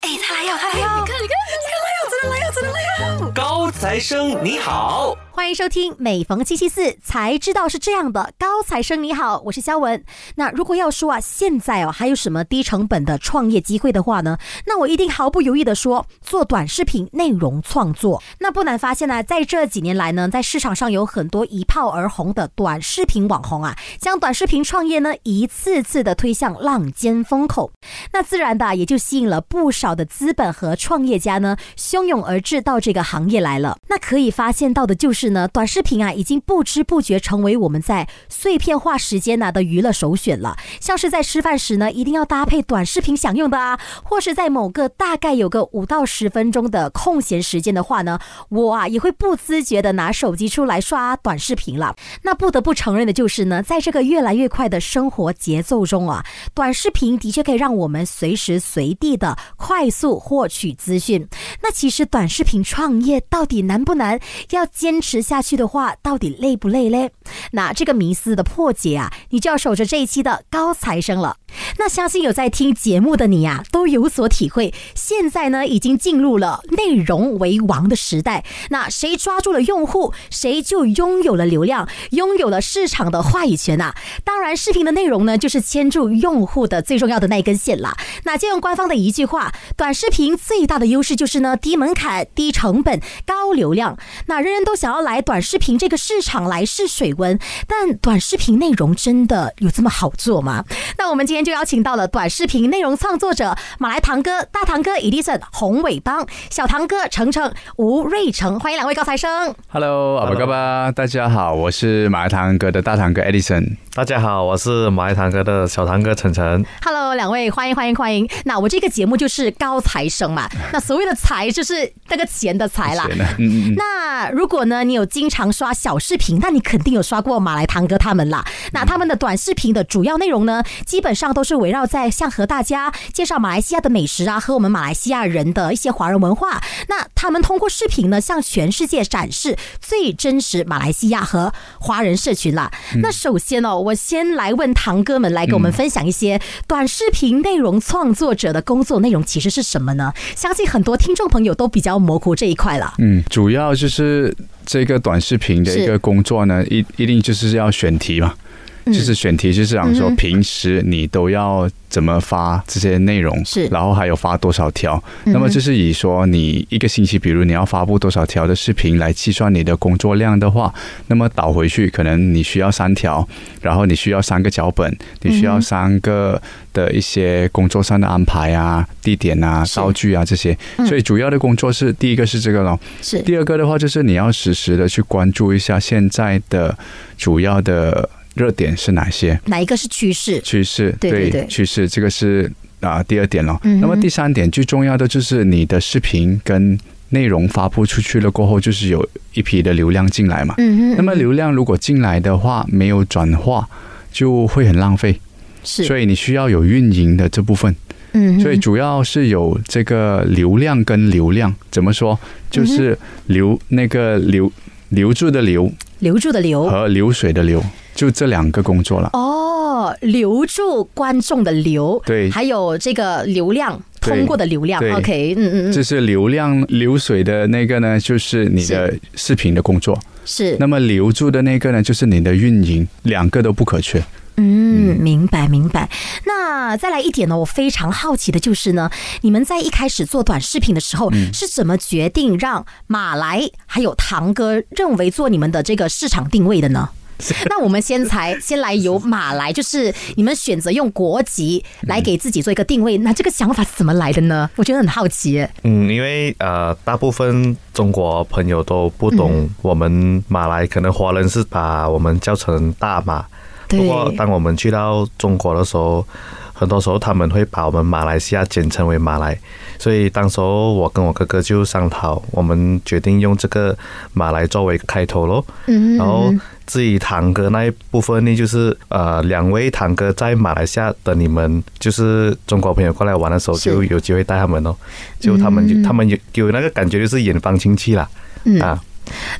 哎他来呀，他来呀！你看，你看，真的来呀，真的来呀，真的来呀！高材生你好，欢迎收听，每逢星期四才知道是这样的。高材生你好，我是肖文。那如果要说啊，现在哦还有什么低成本的创业机会的话呢？那我一定毫不犹豫的说，做短视频内容创作。那不难发现呢、在这几年来呢，在市场上有很多一炮而红的短视频网红啊，将短视频创业呢一次次的推向浪尖风口。那自然的啊也就吸引了不少的资本和创业家呢汹涌而至到这个行业来了。那可以发现到的就是呢，短视频啊已经不知不觉成为我们在碎片化时间呐、的娱乐首选了。像是在吃饭时呢，一定要搭配短视频享用的啊，或是在某个大概有个五到十分钟的空闲时间的话呢，我啊也会不自觉的拿手机出来刷短视频了。那不得不承认的就是呢，在这个越来越快的生活节奏中啊，短视频的确可以让我们随时随地的快速获取资讯。那其实短视频创业到底难不难？要坚持下去的话，到底累不累嘞？那这个迷思的破解啊，你就要守着这一期的高材生了。那相信有在听节目的你呀、都有所体会。现在呢，已经进入了内容为王的时代。那谁抓住了用户，谁就拥有了流量，拥有了市场的话语权呐、啊当然，视频的内容呢，就是牵住用户的最重要的那一根线啦。那借用官方的一句话，短视频最大的优势就是呢，低门槛、低成本、高流量。那人人都想要来短视频这个市场来试水温，但短视频内容真的有这么好做吗？那我们今天就邀请到了短视频内容创作者马来堂哥、大堂哥 Edison、洪伟邦、小堂哥程程、吴瑞成，欢迎两位高材生。 Hello，阿巴嘎巴，大家好，我是马来堂哥的大堂哥 Edison。大家好，我是马来堂哥的小堂哥晨晨。 Hello，两位，欢迎欢迎欢迎。那我这个节目就是高材生嘛，那所谓的才就是那个钱的才啦。嗯嗯嗯，那如果呢，你有经常刷小视频，那你肯定有刷过马来堂哥他们啦。那他们的短视频的主要内容呢，基本上都是围绕在像和大家介绍马来西亚的美食啊，和我们马来西亚人的一些华人文化。那他们通过视频呢，向全世界展示最真实马来西亚和华人社群啦。那首先哦，我先来问堂哥们来给我们分享一些短视频内容创作者的工作内容其实是什么呢？相信很多听众朋友都比较模糊这一块了。嗯，主要就是这个短视频的一是个工作呢，一一定就是要选题嘛。嗯就是选题，就是想说嗯哼平时你都要怎么发这些内容，是然后还有发多少条。嗯哼那么就是以说你一个星期，比如你要发布多少条的视频来计算你的工作量的话，那么导回去可能你需要三条，然后你需要三个脚本，嗯你需要三个的一些工作上的安排啊、地点啊、是道具啊这些。嗯所以主要的工作是第一个是这个咯，是第二个的话，就是你要实时的去关注一下现在的主要的热点是哪些哪一个是趋势？趋势，对对对趋势，这个是啊、第二点咯。嗯哼那么第三点最重要的就是你的视频跟内容发布出去了过后，就是有一批的流量进来嘛。嗯哼那么流量如果进来的话，没有转化。就会很浪费，是，所以你需要有运营的这部分，嗯哼，所以主要是有这个流量跟流量怎么说，就是流、那个流留住的流留住的留。和流水的流，就这两个工作了。哦，留住观众的留，对还有这个流量对通过的流量对，OK，嗯嗯嗯，就是流量流水的那个呢，就是你的视频的工作。是，那么留住的那个呢，就是你的运营，两个都不可缺。嗯，明白明白。那再来一点呢，我非常好奇的就是呢，你们在一开始做短视频的时候，嗯是怎么决定让马来还有堂哥认为做你们的这个市场定位的呢？那我们先才先来由马来，就是你们选择用国籍嗯来给自己做一个定位，那这个想法是怎么来的呢？我觉得很好奇耶。嗯，因为呃，大部分中国朋友都不懂我们马来，可能华人是把我们叫成大马。不对，过当我们去到中国的时候，很多时候他们会把我们马来西亚简称为马来，所以当时候我跟我哥哥就商讨，我们决定用这个马来作为开头咯。嗯然后至于堂哥那一部分呢，就是呃，两位堂哥在马来西亚的你们，就是中国朋友过来玩的时候，是就有机会带他们哦。就他们就、他们有有那个感觉，就是远方亲戚啦。嗯啊，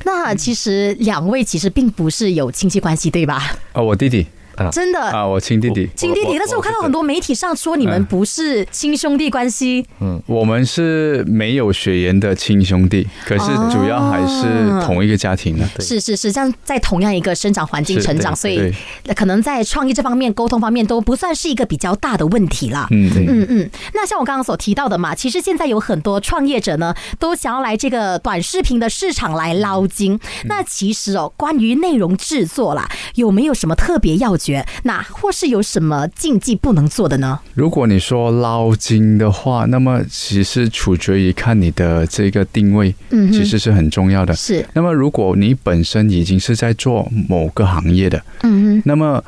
那其实两位其实并不是有亲戚关系，对吧？哦，我弟弟，啊真的。啊，我亲弟弟，亲弟弟，但是我看到很多媒体上说你们不是亲兄弟关系，我们是没有血缘的亲兄弟，可是主要还是同一个家庭的。对是是是，这样在同样一个生长环境是成长，对所以对可能在创意这方面、沟通方面都不算是一个比较大的问题啦。嗯，对嗯嗯，那像我刚刚所提到的嘛，其实现在有很多创业者呢，都想要来这个短视频的市场来捞金。嗯那其实哦，关于内容制作啦，有没有什么特别要诀？那或是有什么禁忌不能做的呢？如果你说捞金的话，那么其实取决于看你的这个定位，嗯哼其实啊是很重要的。是，那么如果你本身已经是在做某个行业的，嗯那么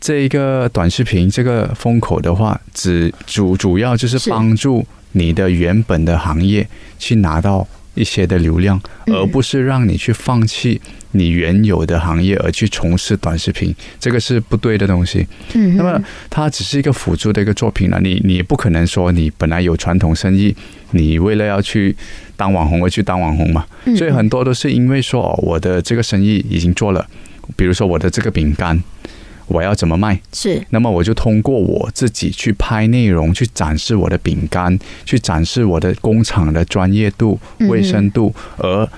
这一个短视频这个风口的话，只主主要就是是帮助你的原本的行业去拿到一些的流量，嗯而不是让你去放弃你原有的行业而去从事短视频，这个是不对的东西。哼，嗯哼，那么它只是一个辅助的一个作品了，啊你你也不可能说你本来有传统生意，你为了要去当网红而去当网红嘛，嗯所以很多都是因为说哦，我的这个生意已经做了，比如说我的这个饼干，我要怎么卖，是，那么我就通过我自己去拍内容，去展示我的饼干，去展示我的工厂的专业度、嗯哼卫生度，而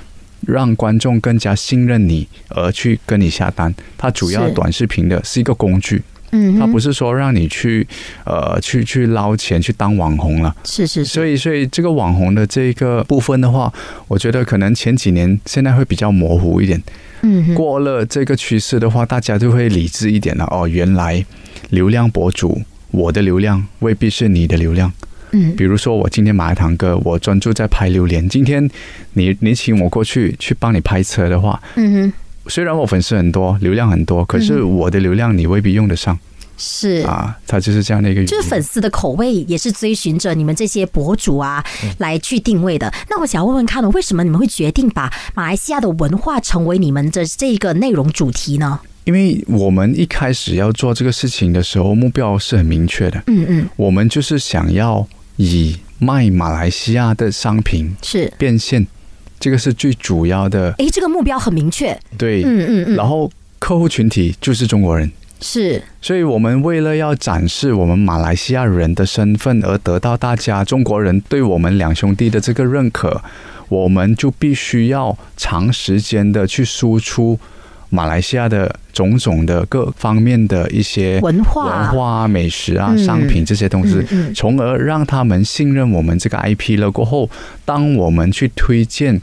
让观众更加信任你，而去跟你下单。它主要是短视频的是一个工具。嗯他哼，不是说让你去呃去去捞钱去当网红了。是是是，所以，所以这个网红的这个部分的话，我觉得可能前几年现在会比较模糊一点。嗯哼，过了这个趋势的话，大家就会理智一点了。哦，原来流量博主，我的流量未必是你的流量。嗯比如说，我今天买了堂哥，我专注在拍榴莲。今天你你请我过去去帮你拍车的话，嗯哼，虽然我粉丝很多，流量很多，可嗯是我的流量你未必用得上、是。啊。它就是这样的一个原因。就是粉丝的口味也是追寻着你们这些博主啊嗯来去定位的。那我想问问看呢，为什么你们会决定把马来西亚的文化成为你们的这个内容主题呢？因为我们一开始要做这个事情的时候，目标是很明确的，嗯嗯，我们就是想要以卖马来西亚的商品是。变现，这个是最主要的。诶，这个目标很明确。对，嗯嗯嗯，然后客户群体就是中国人。是所以我们为了要展示我们马来西亚人的身份，而得到大家中国人对我们两兄弟的这个认可，我们就必须要长时间的去输出马来西亚的种种的各方面的一些文化文化啊、美食啊、嗯商品这些东西嗯，嗯从而让他们信任我们这个 IP 了。过后，当我们去推荐。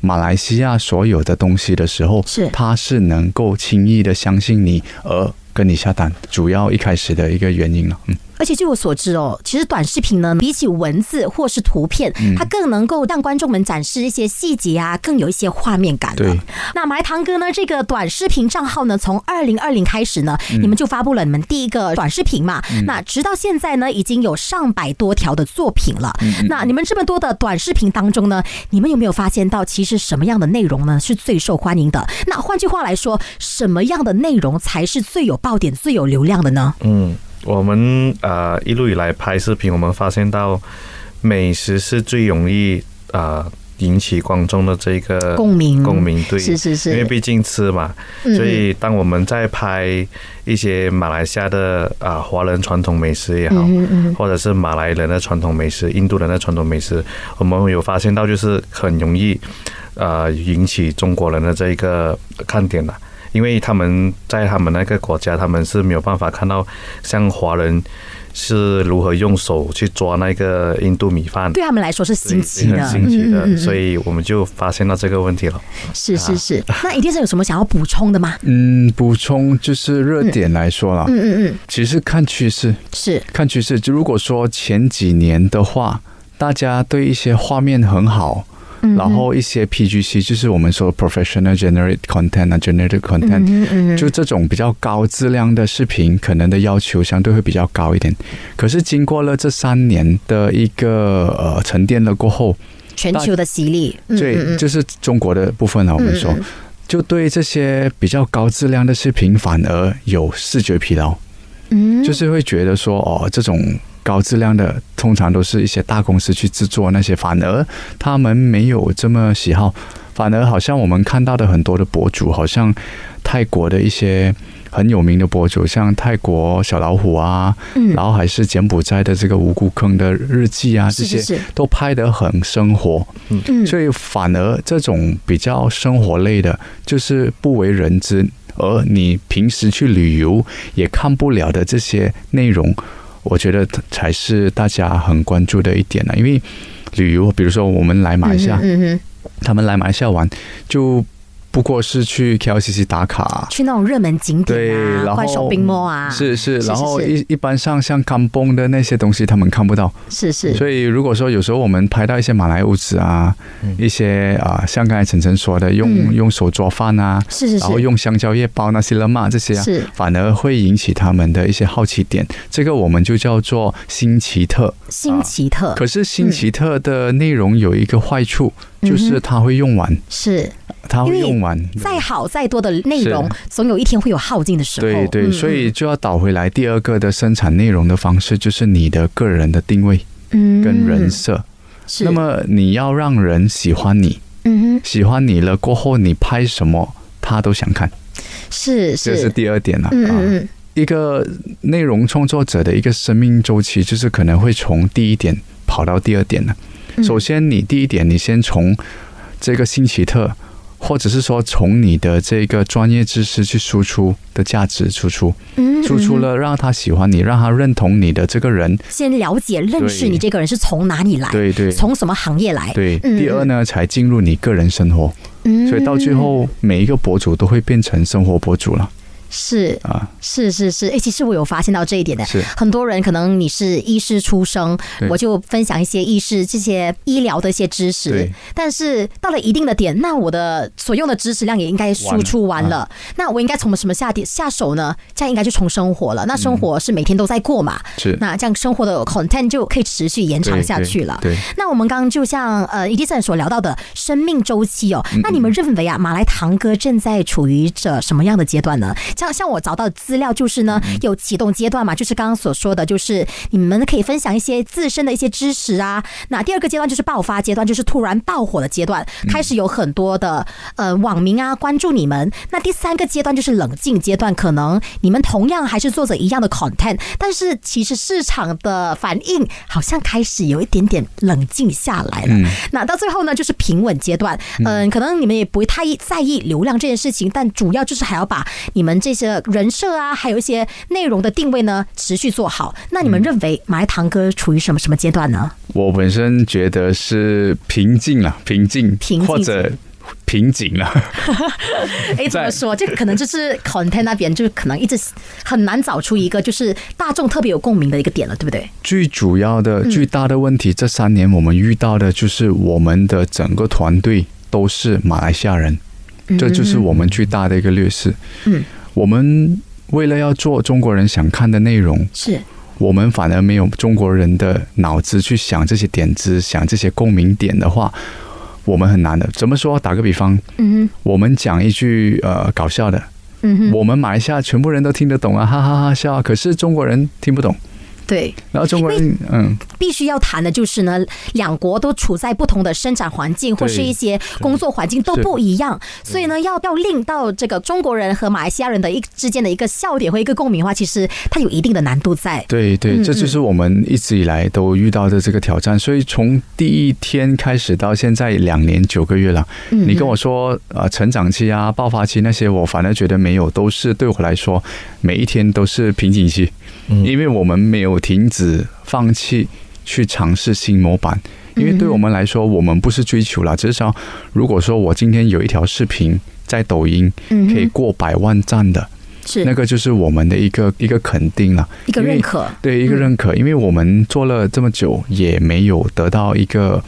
马来西亚所有的东西的时候，是他是能够轻易的相信你而跟你下单，主要一开始的一个原因了。嗯，而且据我所知哦，其实短视频呢，比起文字或是图片，嗯它更能够让观众们展示一些细节啊，更有一些画面感啊的对。那埋堂哥呢，这个短视频账号呢，从二零二零开始呢，嗯你们就发布了你们第一个短视频嘛。那直到现在呢，已经有上百多条的作品了。嗯那你们这么多的短视频当中呢，你们有没有发现到，其实什么样的内容呢是最受欢迎的？那换句话来说，什么样的内容才是最有爆点、最有流量的呢？嗯，我们呃一路以来拍视频，我们发现到美食是最容易呃引起观众的这个共鸣共鸣对，是是是因为毕竟吃嘛，嗯所以当我们在拍一些马来西亚的啊、华人传统美食也嗯好，或者是马来人的传统美食、印度人的传统美食，我们有发现到就是很容易呃引起中国人的这一个看点的、因为他们在他们那个国家，他们是没有办法看到像华人是如何用手去抓那个印度米饭。对他们来说是新奇对的，很新奇的，嗯嗯嗯所以我们就发现到这个问题了。是是是。啊那一定是有什么想要补充的吗？嗯，补充就是热点来说啊了，嗯嗯嗯，其实看趋势，是看趋势。就如果说前几年的话，大家对一些画面很好，嗯然后一些 PGC，就是我们说 professional generate content 啊，generated content，、就嗯这种比较高质量的视频，可能的要求相对会比较高一点。可是经过了这三年的一个呃沉淀了过后，全球的洗礼。嗯对，就是中国的部分了，我们说。就对这些比较高质量的视频，反而有视觉疲劳。嗯，就是会觉得说，哦，这种高质量的，通常都是一些大公司去制作那些，反而他们没有这么喜好，反而好像我们看到的很多的博主，好像泰国的一些很有名的博主，像泰国小老虎啊，嗯然后还是柬埔寨的这个无辜坑的日记啊，是这些是是，都拍得很生活，嗯，所以反而这种比较生活类的，就是不为人知，而你平时去旅游也看不了的这些内容，我觉得才是大家很关注的一点啊呢、因为旅游，比如说我们来马来西亚，嗯哼嗯哼他们来马来西亚玩，就不过是去 KLCC 打卡。去那种热门景对点，啊，然后逛嗯 shopping mall 啊，是是，是然后是一一般上像甘崩的那些东西，他们看不到，是是，所以如果说有时候我们拍到一些马来屋子啊，一些啊、像刚才晨晨说的，用、嗯用手抓饭啊，是是然后是用香蕉叶包那些了嘛，这些啊，是反而会引起他们的一些好奇点。这个我们就叫做新奇特。新奇特，可是新奇特的内容有一个坏处，嗯就是它会用完，是它会因为用完。再好再多的内是容，总有一天会有耗尽的时候。对对，嗯所以就要倒回来，第二个的生产内容的方式就是你的个人的定位嗯跟人设。是那么你要让人喜欢你，嗯哼喜欢你了过后，你拍什么他都想看，是这是是第二点了、啊。嗯嗯嗯一个内容创作者的一个生命周期，就是可能会从第一点跑到第二点呢、嗯首先，你第一点，你先从这个新奇特，或者是说从你的这个专业知识去输出的价值输出，嗯输出了让他喜欢你，让他认同你的这个人。先了解认识对你这个人是从哪里来，对对从什么行业来，对。嗯第二呢，才进入你个人生活，嗯所以到最后每一个博主都会变成生活博主了是啊。是是是，哎、其实我有发现到这一点的，是很多人可能你是医师出生，对我就分享一些医师这些医疗的一些知识对，但是到了一定的点，那我的所用的知识量也应该输出完了，完了那我应该从什么下点下手呢？这样应该就从生活了，那嗯生活是每天都在过嘛，是那这样生活的 content 就可以持续延长对下对去了。对，那我们刚刚就像呃伊迪森所聊到的生命周期哦，那你们认为啊，马来堂哥正在处于这什么样的阶段呢？像像我找到的资料就是呢，有启动阶段嘛，就是刚刚所说的，就是你们可以分享一些自身的一些知识啊。那第二个阶段就是爆发阶段，就是突然爆火的阶段，开始有很多的呃网民啊关注你们。那第三个阶段就是冷静阶段，可能你们同样还是做着一样的 content，但是其实市场的反应好像开始有一点点冷静下来了。那到最后呢，就是平稳阶段。嗯，可能你们也不会太在意流量这件事情，但主要就是还要把你们这些人设啊，还有一些内容的定位呢，持续做好。那你们认为马来堂哥处于什么什么阶段呢？我本身觉得是瓶颈了，瓶颈，瓶颈或者啊瓶颈了。哎，怎么说？这可能就是 content 那边，就是可能一直很难找出一个就是大众特别有共鸣的一个点了，对不对？ 最主要嗯的、最大的问题，这三年我们遇到的就是我们的整个团队都是马来西亚人，这就是我们最大的一个劣势。嗯，我们为了要做中国人想看的内容，是我们反而没有中国人的脑子去想这些点子、想这些共鸣点的话，我们很难的。怎么说？打个比方，嗯我们讲一句呃搞笑的，哼嗯哼，我们马来西亚全部人都听得懂啊，哈哈哈笑啊。可是中国人听不懂，对，然后中国人嗯，必须要谈的就是呢，两国都处在不同的生产环境或对是一些工作环境都是不一样，所以呢，要要令到这个中国人和马来西亚人的一之间的一个笑点或一个共鸣的话，其实它有一定的难度在。对对，嗯这就是我们一直以来都遇到的这个挑战。所以从第一天开始到现在两年九个月了，嗯你跟我说呃成长期啊、爆发期那些，我反而觉得没有，都是对我来说每一天都是瓶颈期，因为我们没有停止放弃去尝试新模板。嗯因为对我们来说，我们不是追求啦，至少如果说我今天有一条视频在抖音嗯哼可以过百万赞的，是那个就是我们的一个一个肯定了，一个因为认可，对一个认嗯可，因为我们做了这么久，也没有得到一个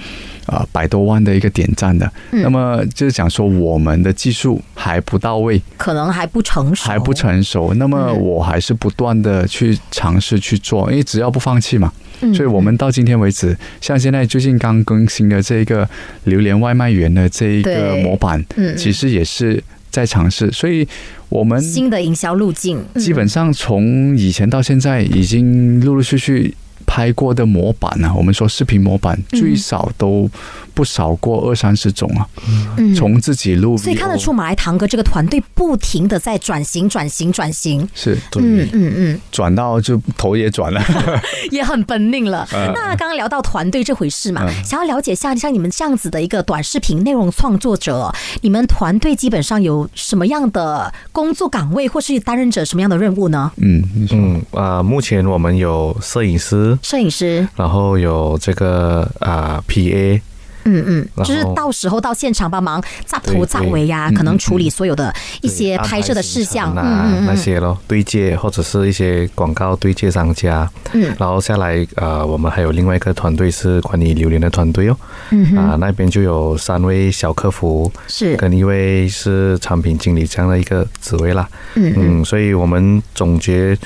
呃百多万的一个点赞的，嗯那么就是讲说我们的技术还不到位，可能还不成熟，还不成熟，那么嗯我还是不断的去尝试去做，因为只要不放弃嘛，嗯，所以我们到今天为止，像现在最近刚更新的这个榴莲外卖员的这一个对模板，嗯其实也是在尝试，所以我们新的营销路径，嗯基本上从以前到现在，已经陆陆续续拍过的模板呢、啊，我们说视频模板嗯最少都不少过二三十种啊，嗯，从自己录 VO，所以看得出马来堂哥这个团队不停的在转型、转型、转型。是嗯嗯嗯，转到就头也转了。 也很本领了。嗯那刚刚聊到团队这回事嘛，想要了解一下像你们这样子的一个短视频内容创作者，你们团队基本上有什么样的工作岗位，或是担任着什么样的任务呢？嗯，你说嗯啊、目前我们有摄影师，摄影师，然后有这个啊、PA，嗯嗯，然后就是到时候到现场帮忙扎头对嗯扎尾呀，可能处理所有的一些对拍摄的事项，安嗯排行程啊嗯那嗯些咯，对接或者是一些广告对接商家，嗯然后下来呃，我们还有另外一个团队是管理榴莲的团队哦，嗯哼，啊、那边就有三位小客服，是，跟一位是产品经理这样的一个职位啦，嗯嗯嗯，所以我们总结，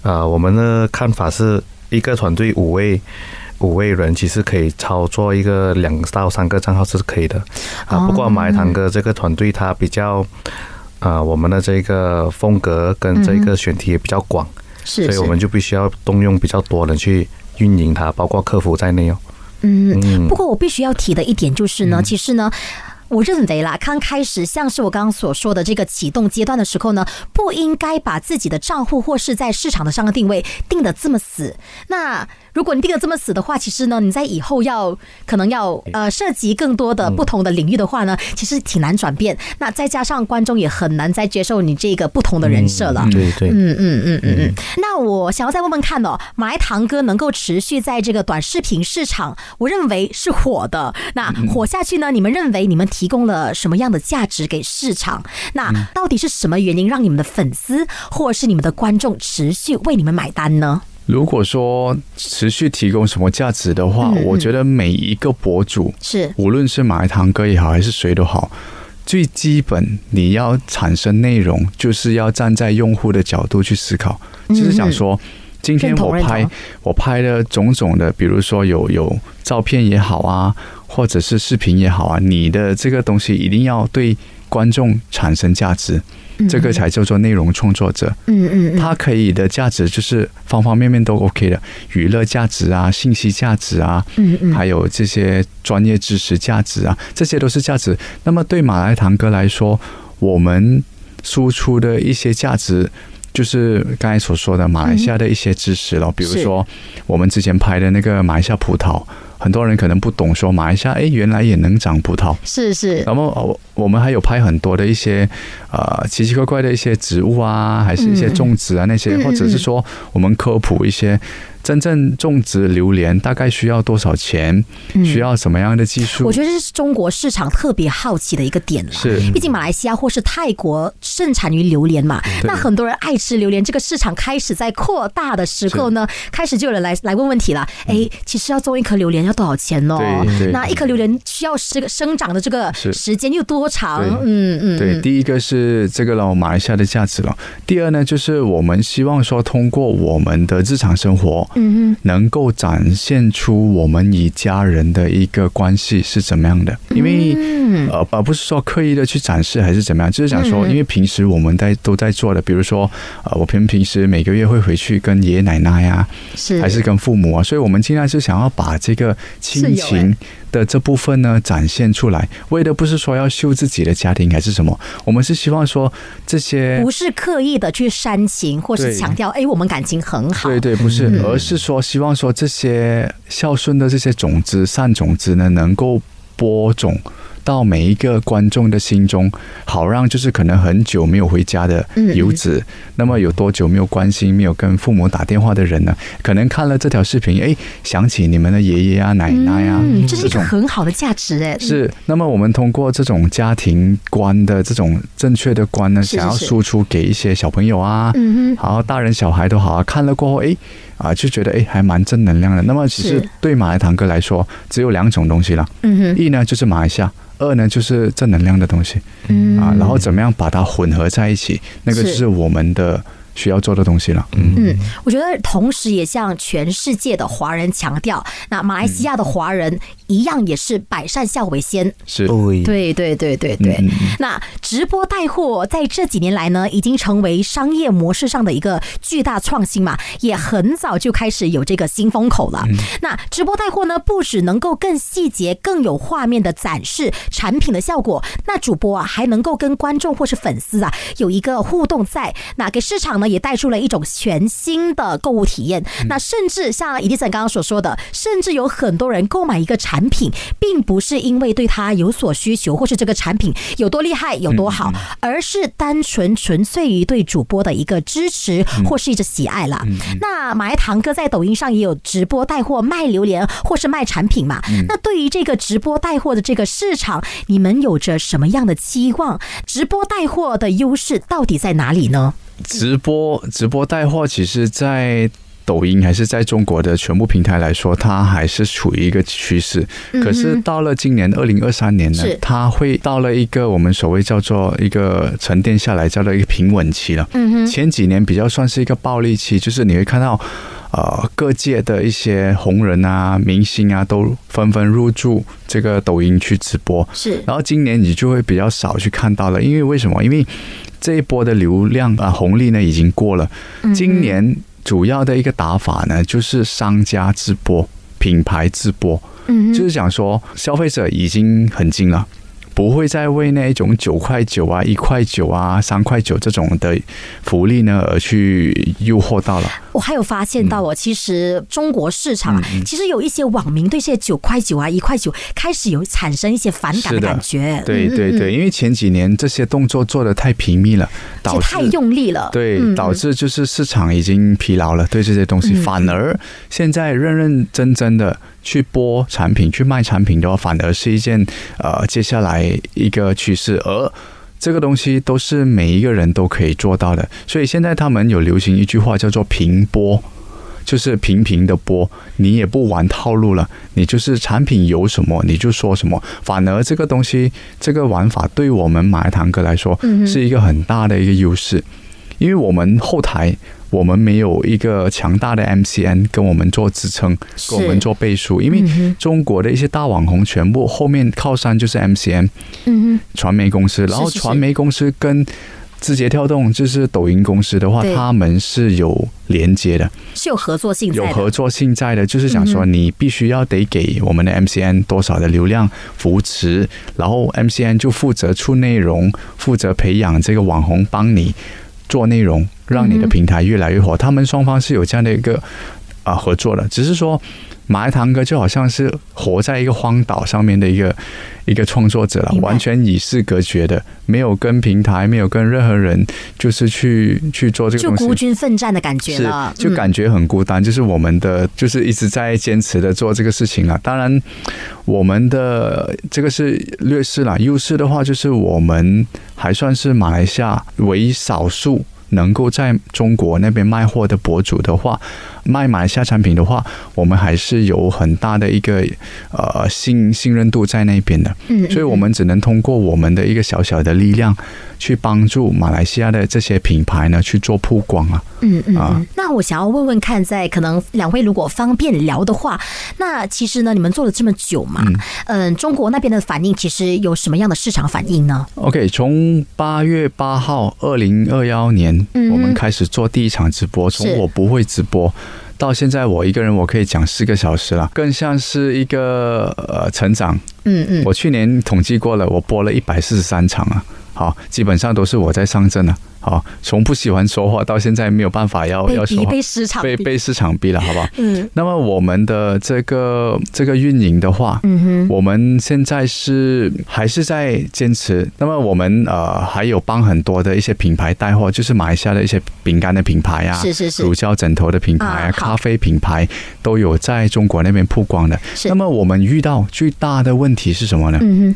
呃，我们的看法是一个团队五位。五位人其实可以操作一个两到三个账号是可以的，哦啊，不过马来堂哥这个团队它比较，啊，我们的这个风格跟这个选题也比较广，嗯是，所以我是们就必须要动用比较多人去运营它，包括客服在内哦。嗯，不过我必须要提的一点就是呢，其实呢。我认为啦，刚开始像是我刚刚所说的这个启动阶段的时候呢，不应该把自己的账户或是在市场的上个定位定的这么死。那如果你定的这么死的话，其实呢，你在以后要可能要呃涉及更多的不同的领域的话呢，其实挺难转变。那再加上观众也很难再接受你这个不同的人设了。对对，嗯嗯嗯嗯嗯。那我想要再问问看哦，马来堂哥能够持续在这个短视频市场，我认为是火的。那火下去呢？你们认为你们提供了什么样的价值给市场？那到底是什么原因让你们的粉丝或是你们的观众持续为你们买单呢？如果说持续提供什么价值的话，嗯我觉得每一个博主，是，无论是马来堂哥也好，还是谁都好，最基本你要产生内容，就是要站在用户的角度去思考，就是想说。今天认嗯同我认拍同我拍的种种的，比如说有有照片也好啊，或者是视频也好啊，你的这个东西一定要对观众产生价值，这个才叫做内容创作者。嗯嗯嗯，它可以的价值就是方方面面都 OK 的，娱乐价值啊、信息价值啊，嗯嗯还有这些专业知识价值啊，这些都是价值。那么对马来堂哥来说，我们输出的一些价值。就是刚才所说的马来西亚的一些知识咯，比如是说我们之前拍的那个马来西亚葡萄，很多人可能不懂，说马来西亚诶原来也能长葡萄，是是，那么呃我我们还有拍很多的一些呃奇奇怪怪的一些植物啊，还是一些种植啊那些，嗯或者是说我们科普一些真正种植榴莲大概需要多少钱，需要什么样的技术嗯我。觉得这是中国市场特别好奇的一个点了。是毕竟马来西亚或是泰国盛产于榴莲嘛，嗯那很多人爱吃榴莲，这个市场开始在扩大的时候呢，开始就有人来来问问题了。哎，其实要种一颗榴莲要多少钱哦？嗯对对那一颗榴莲需要这个生长的这个是时间又多长对？嗯嗯，对，第一个是这个咯，马来西亚的价值咯。第二呢，就是我们希望说，通过我们的日常生活，嗯能够展现出我们与家人的一个关系是怎么样的，因为、嗯呃，而不是说刻意的去展示还是怎么样，就是想说，因为平时我们在都在做的，比如说呃，我平平时每个月会回去跟爷爷奶奶呀、哼，是还是跟父母啊，所以我们尽量是想要把这个亲是有欸情的这部分呢展现出来，为的不是说要秀自己的家庭还是什么，我们是希望说这些不是刻意的去煽情或是对强调，哎，我们感情很好。嗯对对，不是，而是说希望说这些孝顺的这些种子、善种子呢，能够播种到每一个观众的心中，好让就是可能很久没有回家的嗯游子，那么有多久没有关心、没有跟父母打电话的人呢？可能看了这条视频，哎，想起你们的爷爷啊、奶奶啊，嗯，这是一个种很好的价值哎，是，那么我们通过这种家庭观的这种正确的观呢，是是想要是输出给一些小朋友啊，嗯然后大人小孩都好啊，看了过后，诶，啊，就觉得诶还蛮正能量的。那么其实是对马来堂哥来说，只有两种东西了，嗯哼，一呢就是马来西亚。二呢，就是正能量的东西嗯啊，然后怎么样把它混合在一起，那个就是是我们的需要做的东西了。嗯，嗯，我觉得同时也向全世界的华人强调，那马来西亚的华人一样也是百善孝为先。是对对对对对对。嗯嗯那直播带货在这几年来呢，已经成为商业模式上的一个巨大创新嘛，也很早就开始有这个新风口嗯了。那直播带货呢，不只能够更细节、更有画面的展示产品的效果，那主播啊还能够跟观众或是粉丝啊有一个互动在，那给市场呢也带出了一种全新的购物体验。嗯那甚至像伊迪森刚刚所说的，甚至有很多人购买一个产品，并不是因为对它有所需求，或是这个产品有多厉害、有多好，而是单纯纯粹于对主播的一个支持或是一个喜爱啦。那马来堂哥在抖音上也有直播带货卖榴莲或是卖产品嘛？那对于这个直播带货的这个市场，你们有着什么样的期望？直播带货的优势到底在哪里呢？直播直播带货，其实，在抖音还是在中国的全部平台来说，它还是处于一个趋势。可是到了今年二零二三年呢嗯是，它会到了一个我们所谓叫做一个沉淀下来，叫做一个平稳期了。嗯哼，前几年比较算是一个暴利期，就是你会看到，呃，各界的一些红人啊、明星啊，都纷纷入驻这个抖音去直播。是然后今年你就会比较少去看到了，因为为什么？因为这一波的流量啊、红利呢已经过了，嗯今年主要的一个打法呢就是商家直播、品牌直播，嗯就是讲说消费者已经很精了。不会再为那一种九块九啊、一块九啊、三块九这种的福利呢而去诱惑到了。我还有发现到嗯哦，其实中国市场啊，其实有一些网民对这些九块九啊、一块九开始有产生一些反感是的的感觉，对嗯对，对，因为前几年这些动作做的太频密了，就导致太用力了，嗯对，导致就是市场已经疲劳了，对这些东西，反而现在认认真真的去播产品、去卖产品的话，反而是一件呃接下来一个趋势，而。这个东西都是每一个人都可以做到的，所以现在他们有流行一句话叫做“平播”，就是平平的播，你也不玩套路了，你就是产品有什么你就说什么。反而这个东西，这个玩法对我们马来堂哥来说是一个很大的一个优势，因为我们后台我们没有一个强大的 MCN 跟我们做支撑，是跟我们做背书，因为中国的一些大网红全部后面靠山就是 MCN 嗯传媒公司，然后是是传媒公司跟。字节跳动就是抖音公司的话，对他们是有连接的，哼，是有合作性在有的，合作性在的，嗯就是想说你必须要得给我们的 MCN 多少的流量扶持，然后 MCN 就负责出内容，负责培养这个网红，帮你做内容，让你的平台越来越火。他们双方是有这样的一个啊、合作的，只是说。马来堂哥就好像是活在一个荒岛上面的一个一个创作者了，明白完全与世隔绝的，没有跟平台，没有跟任何人，就是去去做这个就东西。孤军奋战的感觉是了，，嗯就感觉很孤单。就是我们的，就是一直在坚持的做这个事情了。啊当然，我们的这个是劣势啦，优势的话就是我们还算是马来西亚为少数。能够在中国那边卖货的博主的话，卖马来西亚产品的话，我们还是有很大的一个呃信信任度在那边的。嗯，嗯所以我们只能通过我们的一个小小的力量，去帮助马来西亚的这些品牌呢去做曝光啊。嗯嗯啊嗯。那我想要问问看，在可能两位如果方便聊的话，那其实呢，你们做了这么久嘛，嗯，中国那边的反应其实有什么样的市场反应呢？ OK，从八月八号，二零二幺年，嗯哼我们开始做第一场直播。是从我不会直播到现在，我一个人我可以讲四个小时了，更像是一个呃成长。嗯嗯，我去年统计过了，我播了一百四十三场啊，好，基本上都是我在上阵啊。好，从不喜欢说话到现在没有办法要被要说逼话，被市场被逼被市场逼了，好不好？嗯那么我们的这个这个运营的话，嗯哼。我们现在是还是在坚持。那么我们呃还有帮很多的一些品牌带货，就是马来西亚的一些饼干的品牌啊，是是是乳胶枕头的品牌啊，啊好咖啡品牌都有在中国那边曝光的。是那么我们遇到最大的问题是什么呢？嗯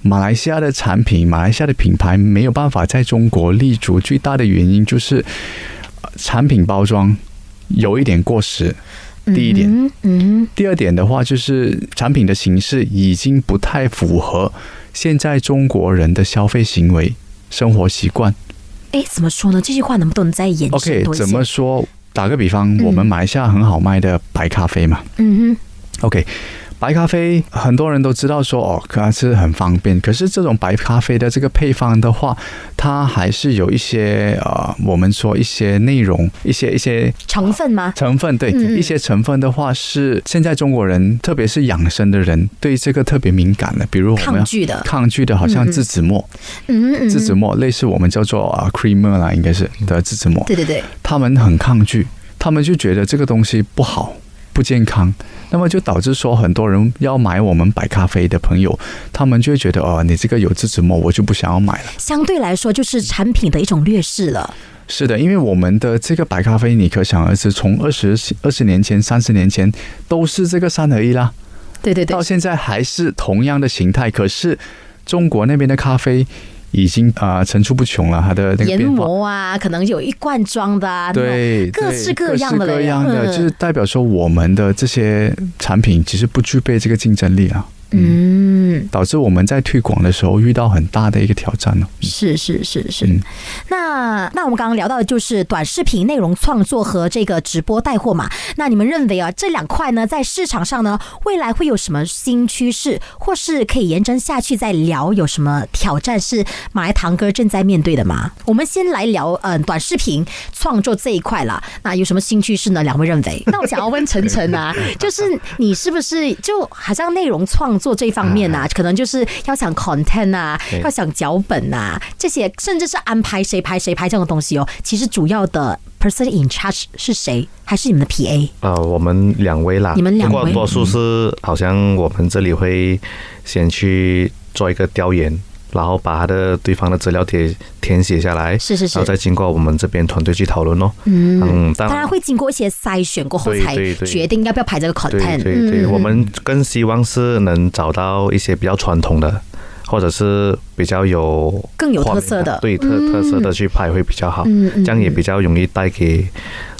马来西亚的产品，马来西亚的品牌没有办法在中国立足，最大的原因就是呃产品包装有一点过时。哼，第一点，嗯嗯第二点的话，就是产品的形式已经不太符合现在中国人的消费行为、生活习惯。哎，怎么说呢？这句话能不能再延伸 OK，多一些？怎么说？打个比方，嗯我们马来西亚很好卖的白咖啡嘛。嗯 OK，白咖啡很多人都知道说哦，可能是很方便。可是这种白咖啡的这个配方的话，它还是有一些呃，我们说一些内容、一些一些哼，成分吗？成分，对、嗯嗯一些成分的话是现在中国人，特别是养生的人，对这个特别敏感的。比如我们抗拒的，抗拒的，好嗯像嗯栀子末，嗯嗯，栀子嗯末类似我们叫做啊 creamer 啦，应该是的栀子末。对对对，他们很抗拒，他们就觉得这个东西不好、不健康，那么就导致说很多人要买我们白咖啡的朋友，他们就会觉得哦，你这个有栀子末，我就不想要买了。相对来说就是产品的一种劣势了。是的，因为我们的这个白咖啡，你可想而知，从二十二十年前、三十年前都是这个三合一啦，对对对到，现在还是同样的形态，可是中国那边的咖啡。已经啊、呃层出不穷了，它的那个研变化。磨啊，可能有一罐装的啊，那种对，各对式各样的各式各嘞样的，嗯就是代表说我们的这些产品其实不具备这个竞争力啊，嗯，导致我们在推广的时候遇到很大的一个挑战呢、是是是是。嗯那那我们刚刚聊到的就是短视频内容创作和这个直播带货嘛。那你们认为啊，这两块呢，在市场上呢，未来会有什么新趋势，或是可以延伸下去再聊有什么挑战是马来堂哥正在面对的吗？我们先来聊嗯、呃短视频创作这一块啦。那有什么新趋势呢？两位认为？那我想要问晨 晨啊，就是你是不是就好像内容创作这一方面啊，可能就是要想 content 啊，嗯对要想脚本啊，这些甚至是安排谁拍谁拍这种东西哦。其实主要的 person in charge 是谁，还是你们的 PA？啊、我们两位啦，你们两位不过多数是好像我们这里会先去做一个调研，然后把他的对方的资料填填写下来，是是然后是，再经过我们这边团队去讨论哦。嗯。嗯，哦当当然会经过一些筛选过后对才对对决定要不要排这个对 content。嗯对对，我们更希望是能找到一些比较传统的，或者是比较有更有画特面色的对特特色的去拍会比较好，嗯嗯这样也比较容易带给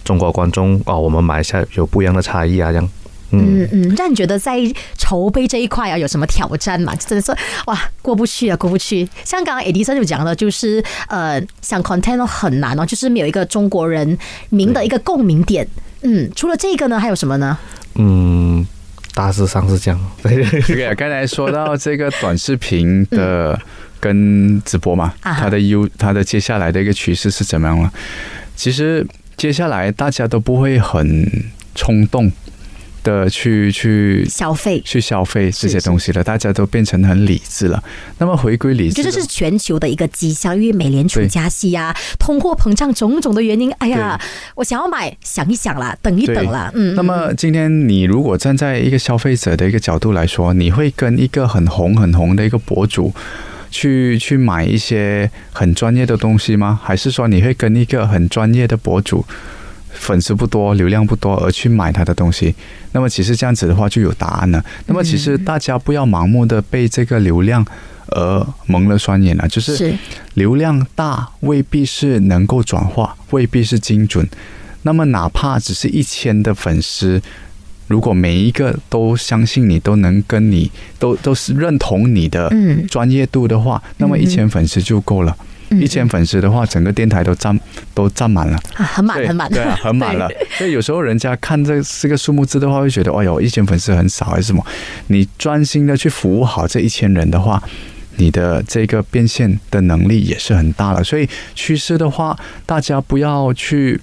中国观众哦，我们马来西亚有不一样的差异啊，这样。嗯，嗯嗯，让你觉得在筹备这一块啊有什么挑战嘛？真的是哇，过不去啊，过不去。像刚刚 Edison 就讲的，就是呃，想 content 很难哦，就是没有一个中国人民的一个共鸣点。嗯，除了这个呢，还有什么呢？嗯，大致上是这样。 OK，刚才说到这个短视频的跟直播嘛，嗯啊哈它的优，它的接下来的一个趋势是怎么样了？其实接下来大家都不会很冲动的去去消费，去消费这些是是东西了，大家都变成很理智了。那么回归理我觉智的得话，这是全球的一个迹象，因为美联储对加息呀、通货膨胀种种的原因，哎呀，我想要买，想一想啦，等一对等啦，嗯。那么今天你如果站在一个消费者的一个角度来说，你会跟一个很红很红的一个博主去去买一些很专业的东西吗？还是说你会跟一个很专业的博主？粉丝不多，流量不多，而去买他的东西，那么其实这样子的话就有答案了。那么其实大家不要盲目的被这个流量而蒙了双眼了，就是是流量大未必是能够转化，未必是精准。那么哪怕只是一千的粉丝，如果每一个都相信你，都能跟你都都是认同你的嗯专业度的话，那么一千粉丝就够了。嗯一千粉丝的话，整个电台都占都占满了，啊，很满对很满，对、啊，很满了。所以有时候人家看这这个数目字的话，会觉得，哎呦，一千粉丝很少还是什么？你专心的去服务好这一千人的话，你的这个变现的能力也是很大了。所以趋势的话，大家不要去。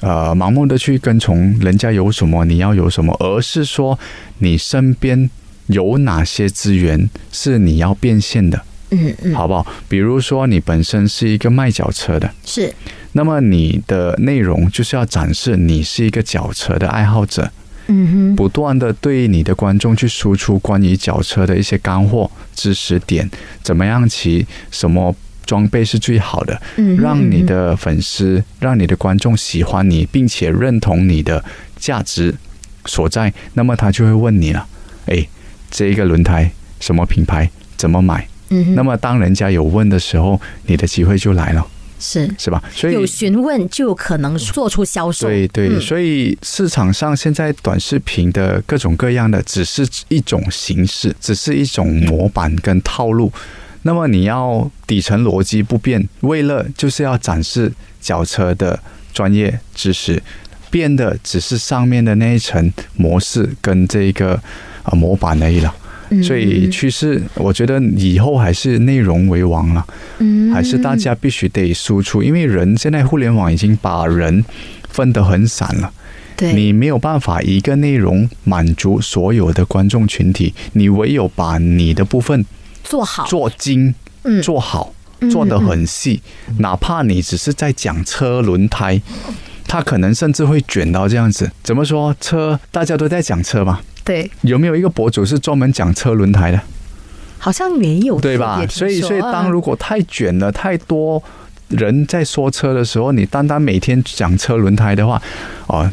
呃，盲目的去跟从人家有什么，你要有什么，而是说你身边有哪些资源是你要变现的， 嗯嗯，好不好？比如说你本身是一个卖脚车的，是那么你的内容就是要展示你是一个脚车的爱好者，嗯哼，不断的对你的观众去输出关于脚车的一些干货、知识点，怎么样骑，什么装备是最好的，嗯哼让你的粉丝、让你的观众喜欢你，并且认同你的价值所在，那么他就会问你了，哎，这一个轮胎什么品牌，怎么买？嗯哼，那么当人家有问的时候，你的机会就来了，是是吧？所以有询问就有可能做出销售，对对，嗯所以市场上现在短视频的各种各样的，只是一种形式，只是一种模板跟套路。那么你要底层逻辑不变，为了就是要展示脚车的专业知识，变的只是上面的那一层模式跟这个啊、模板而已了。嗯所以趋势，我觉得以后还是内容为王了。嗯还是大家必须得输出，因为人现在互联网已经把人分得很散了，对，你没有办法一个内容满足所有的观众群体，你唯有把你的部分做好，做精、嗯做好、做得很细，哪怕你只是在讲车轮胎。它可能甚至会卷到这样子，怎么说？车大家都在讲车嘛，对，有没有一个博主是专门讲车轮胎的？好像没有对吧特别？听所以，说所以嗯当如果太卷了，太多人在说车的时候，你单单每天讲车轮胎的话，哦，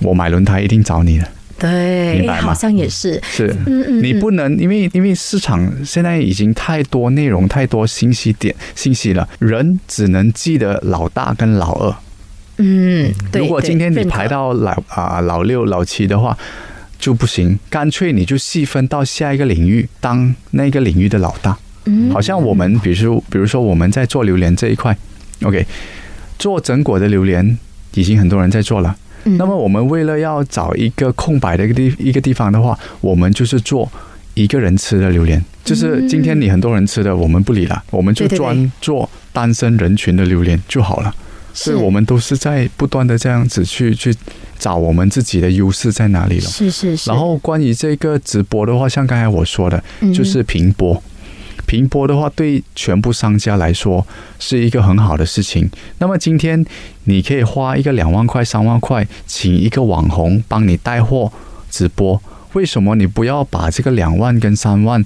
我买轮胎一定找你的，对明白哎吗好像也是，是。嗯嗯，你不能，因为因为市场现在已经太多内容、太多信息点、信息了，人只能记得老大跟老二。嗯，对如果对今天你认可排到老啊、老六、老七的话，就不行，干脆你就细分到下一个领域，当那个领域的老大。嗯好像我们，比如说，比如说我们在做榴莲这一块，OK，做整果的榴莲已经很多人在做了。嗯那么我们为了要找一个空白的一个地一个地方的话，我们就是做一个人吃的榴莲，就是今天你很多人吃的，我们不理了，我们就对对对专做单身人群的榴莲就好了。所以我们都是在不断的这样子去去找我们自己的优势在哪里了。是是是，然后关于这个直播的话，像刚才我说的，嗯就是平播。平播的话，对全部商家来说是一个很好的事情。那么今天你可以花一个两万块、三万块，请一个网红帮你带货直播。为什么你不要把这个两万跟三万，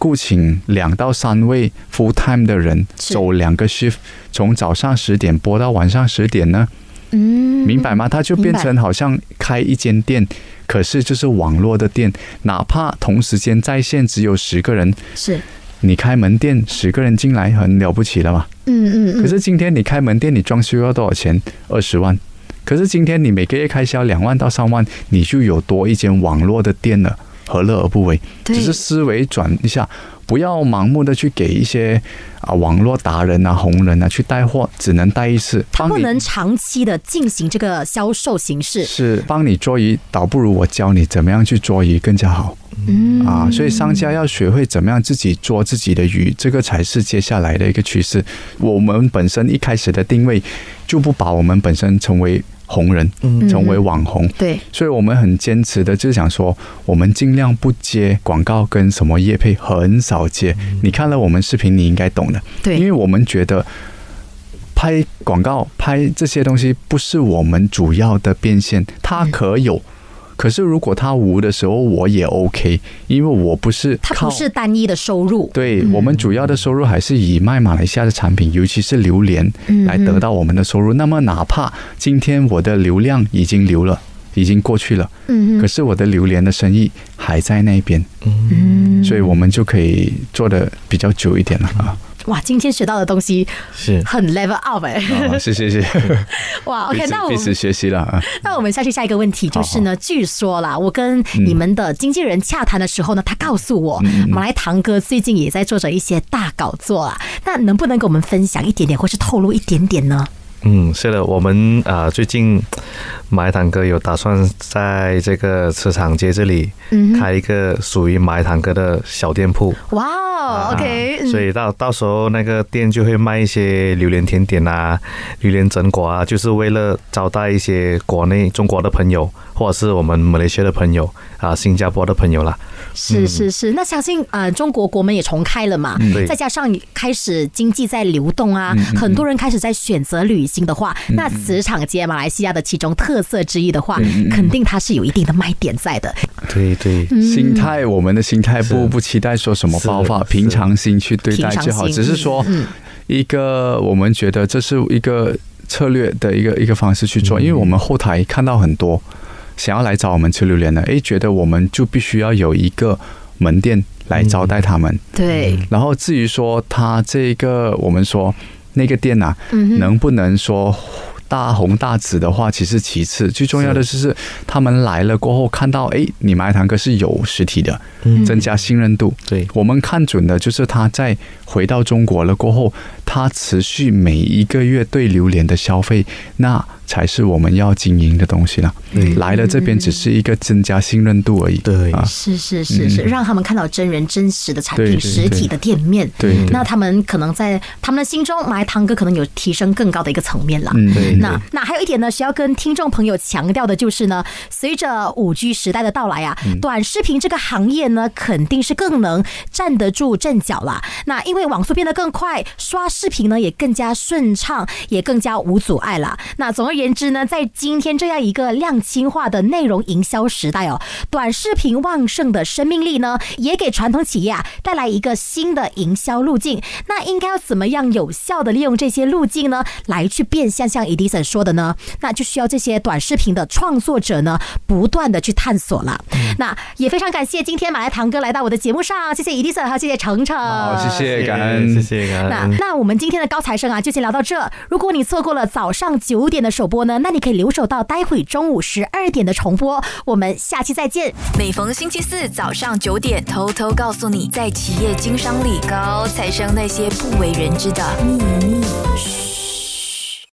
雇请两到三位 full time 的人是走两个 shift，从早上十点播到晚上十点呢？嗯，明白吗？它就变成好像开一间店，可是就是网络的店，哪怕同时间在线只有十个人，是，你开门店十个人进来很了不起了嘛。嗯嗯嗯，可是今天你开门店，你装修要多少钱？二十万。可是今天你每个月开销两万到三万，你就有多一间网络的店了，何乐而不为？对只是思维转一下，不要盲目的去给一些啊网络达人啊、红人啊去带货，只能带一次，它帮不你能长期的进行这个销售形式，是帮你捉鱼，倒不如我教你怎么样去捉鱼更加好嗯啊！所以商家要学会怎么样自己捉自己的鱼，这个才是接下来的一个趋势。我们本身一开始的定位就不把我们本身成为红人，嗯成为网红，对，所以我们很坚持的就是想说，我们尽量不接广告跟什么业配，很少接。你看了我们视频，你应该懂的。对因为我们觉得拍广告、拍这些东西不是我们主要的变现，它嗯可有。可是如果它无的时候，我也 OK，因为我不是它靠不是单一的收入，对、我嗯们主要的收入还是以卖马来西亚的产品，尤其是榴莲嗯来得到我们的收入。那么哪怕今天我的流量已经流了，已经过去了，嗯可嗯是我的榴莲的生意还在那边，嗯，所以我们就可以做的比较久一点了啊。哇，今天学到的东西 是很 level up 哎、啊是是是，哇彼 ，OK，此那我彼此们学习了啊。那我们下去下一个问题就是呢，据说啦，我跟嗯你们的经纪人洽谈的时候呢，他告诉我，马来堂哥最近也在做着一些大搞作啊，那能不能给我们分享一点点，或是透露一点点呢？嗯，是的，我们啊、最近马来堂哥有打算在这个市场街这里嗯开一个属于马来堂哥的小店铺。哇、哦 o k 啊所以到到时候那个店就会卖一些榴莲甜点啊、榴莲榛果啊，就是为了招待一些国内中国的朋友，或者是我们马来西亚的朋友啊、新加坡的朋友啦。是是是，那相信呃，中国国门也重开了嘛，嗯对嗯再加上开始经济在流动啊，很多人开始在选择旅行的话，那磁场街马来西亚的其中特色之一的嗯话，肯定它是有一定的卖点在的。对对，心态，我们的心态不是不期待说什么爆发，是平常心去对待就好。平常心只是说一个，我们觉得这是一个策略的一个一个方式去做，因为我们后台看到很多想要来找我们吃榴莲的，诶，觉得我们就必须要有一个门店来招待他们。对，然后嗯嗯至于说他这个，我们说那个店呐、啊，能不能说大红大紫的话，其实其次，最重要的就是他们来了过后看到，哎，你马来堂哥是有实体的，增加信任度。嗯对我们看准的就是他在回到中国了过后，他持续每一个月对榴莲的消费，那才是我们要经营的东西了。对来了这边只是一个增加信任度而已。对啊，是是是是，让他们看到真人真实的产对品、对实体的店面。对对那他们可能在他们的心中，马来堂哥可能有提升更高的一个层面了。嗯，对那那还有一点呢，需要跟听众朋友强调的就是呢，随着五 G 时代的到来啊，嗯短视频这个行业呢，肯定是更能站得住阵脚啦。那因为网速变得更快，刷视频呢也更加顺畅，也更加无阻碍啦。那总而言之呢，在今天这样一个量轻化的内容营销时代哦，短视频旺盛的生命力呢，也给传统企业啊带来一个新的营销路径。那应该要怎么样有效的利用这些路径呢，来去变相像 Edison 说的呢？那就需要这些短视频的创作者呢，嗯不断的去探索了。那也非常感谢今天马来堂哥来到我的节目上，谢谢 Edison，还有谢谢程程，好，谢谢，感谢恩，谢感那恩。那我们今天的高材生啊，就先聊到这。如果你错过了早上九点的首播呢，那你可以留守到待会中午十二点的重播。我们下期再见。每逢星期四早上九点，偷偷告诉你，在企业经商里，高材生那些不为人知的秘密。嘘。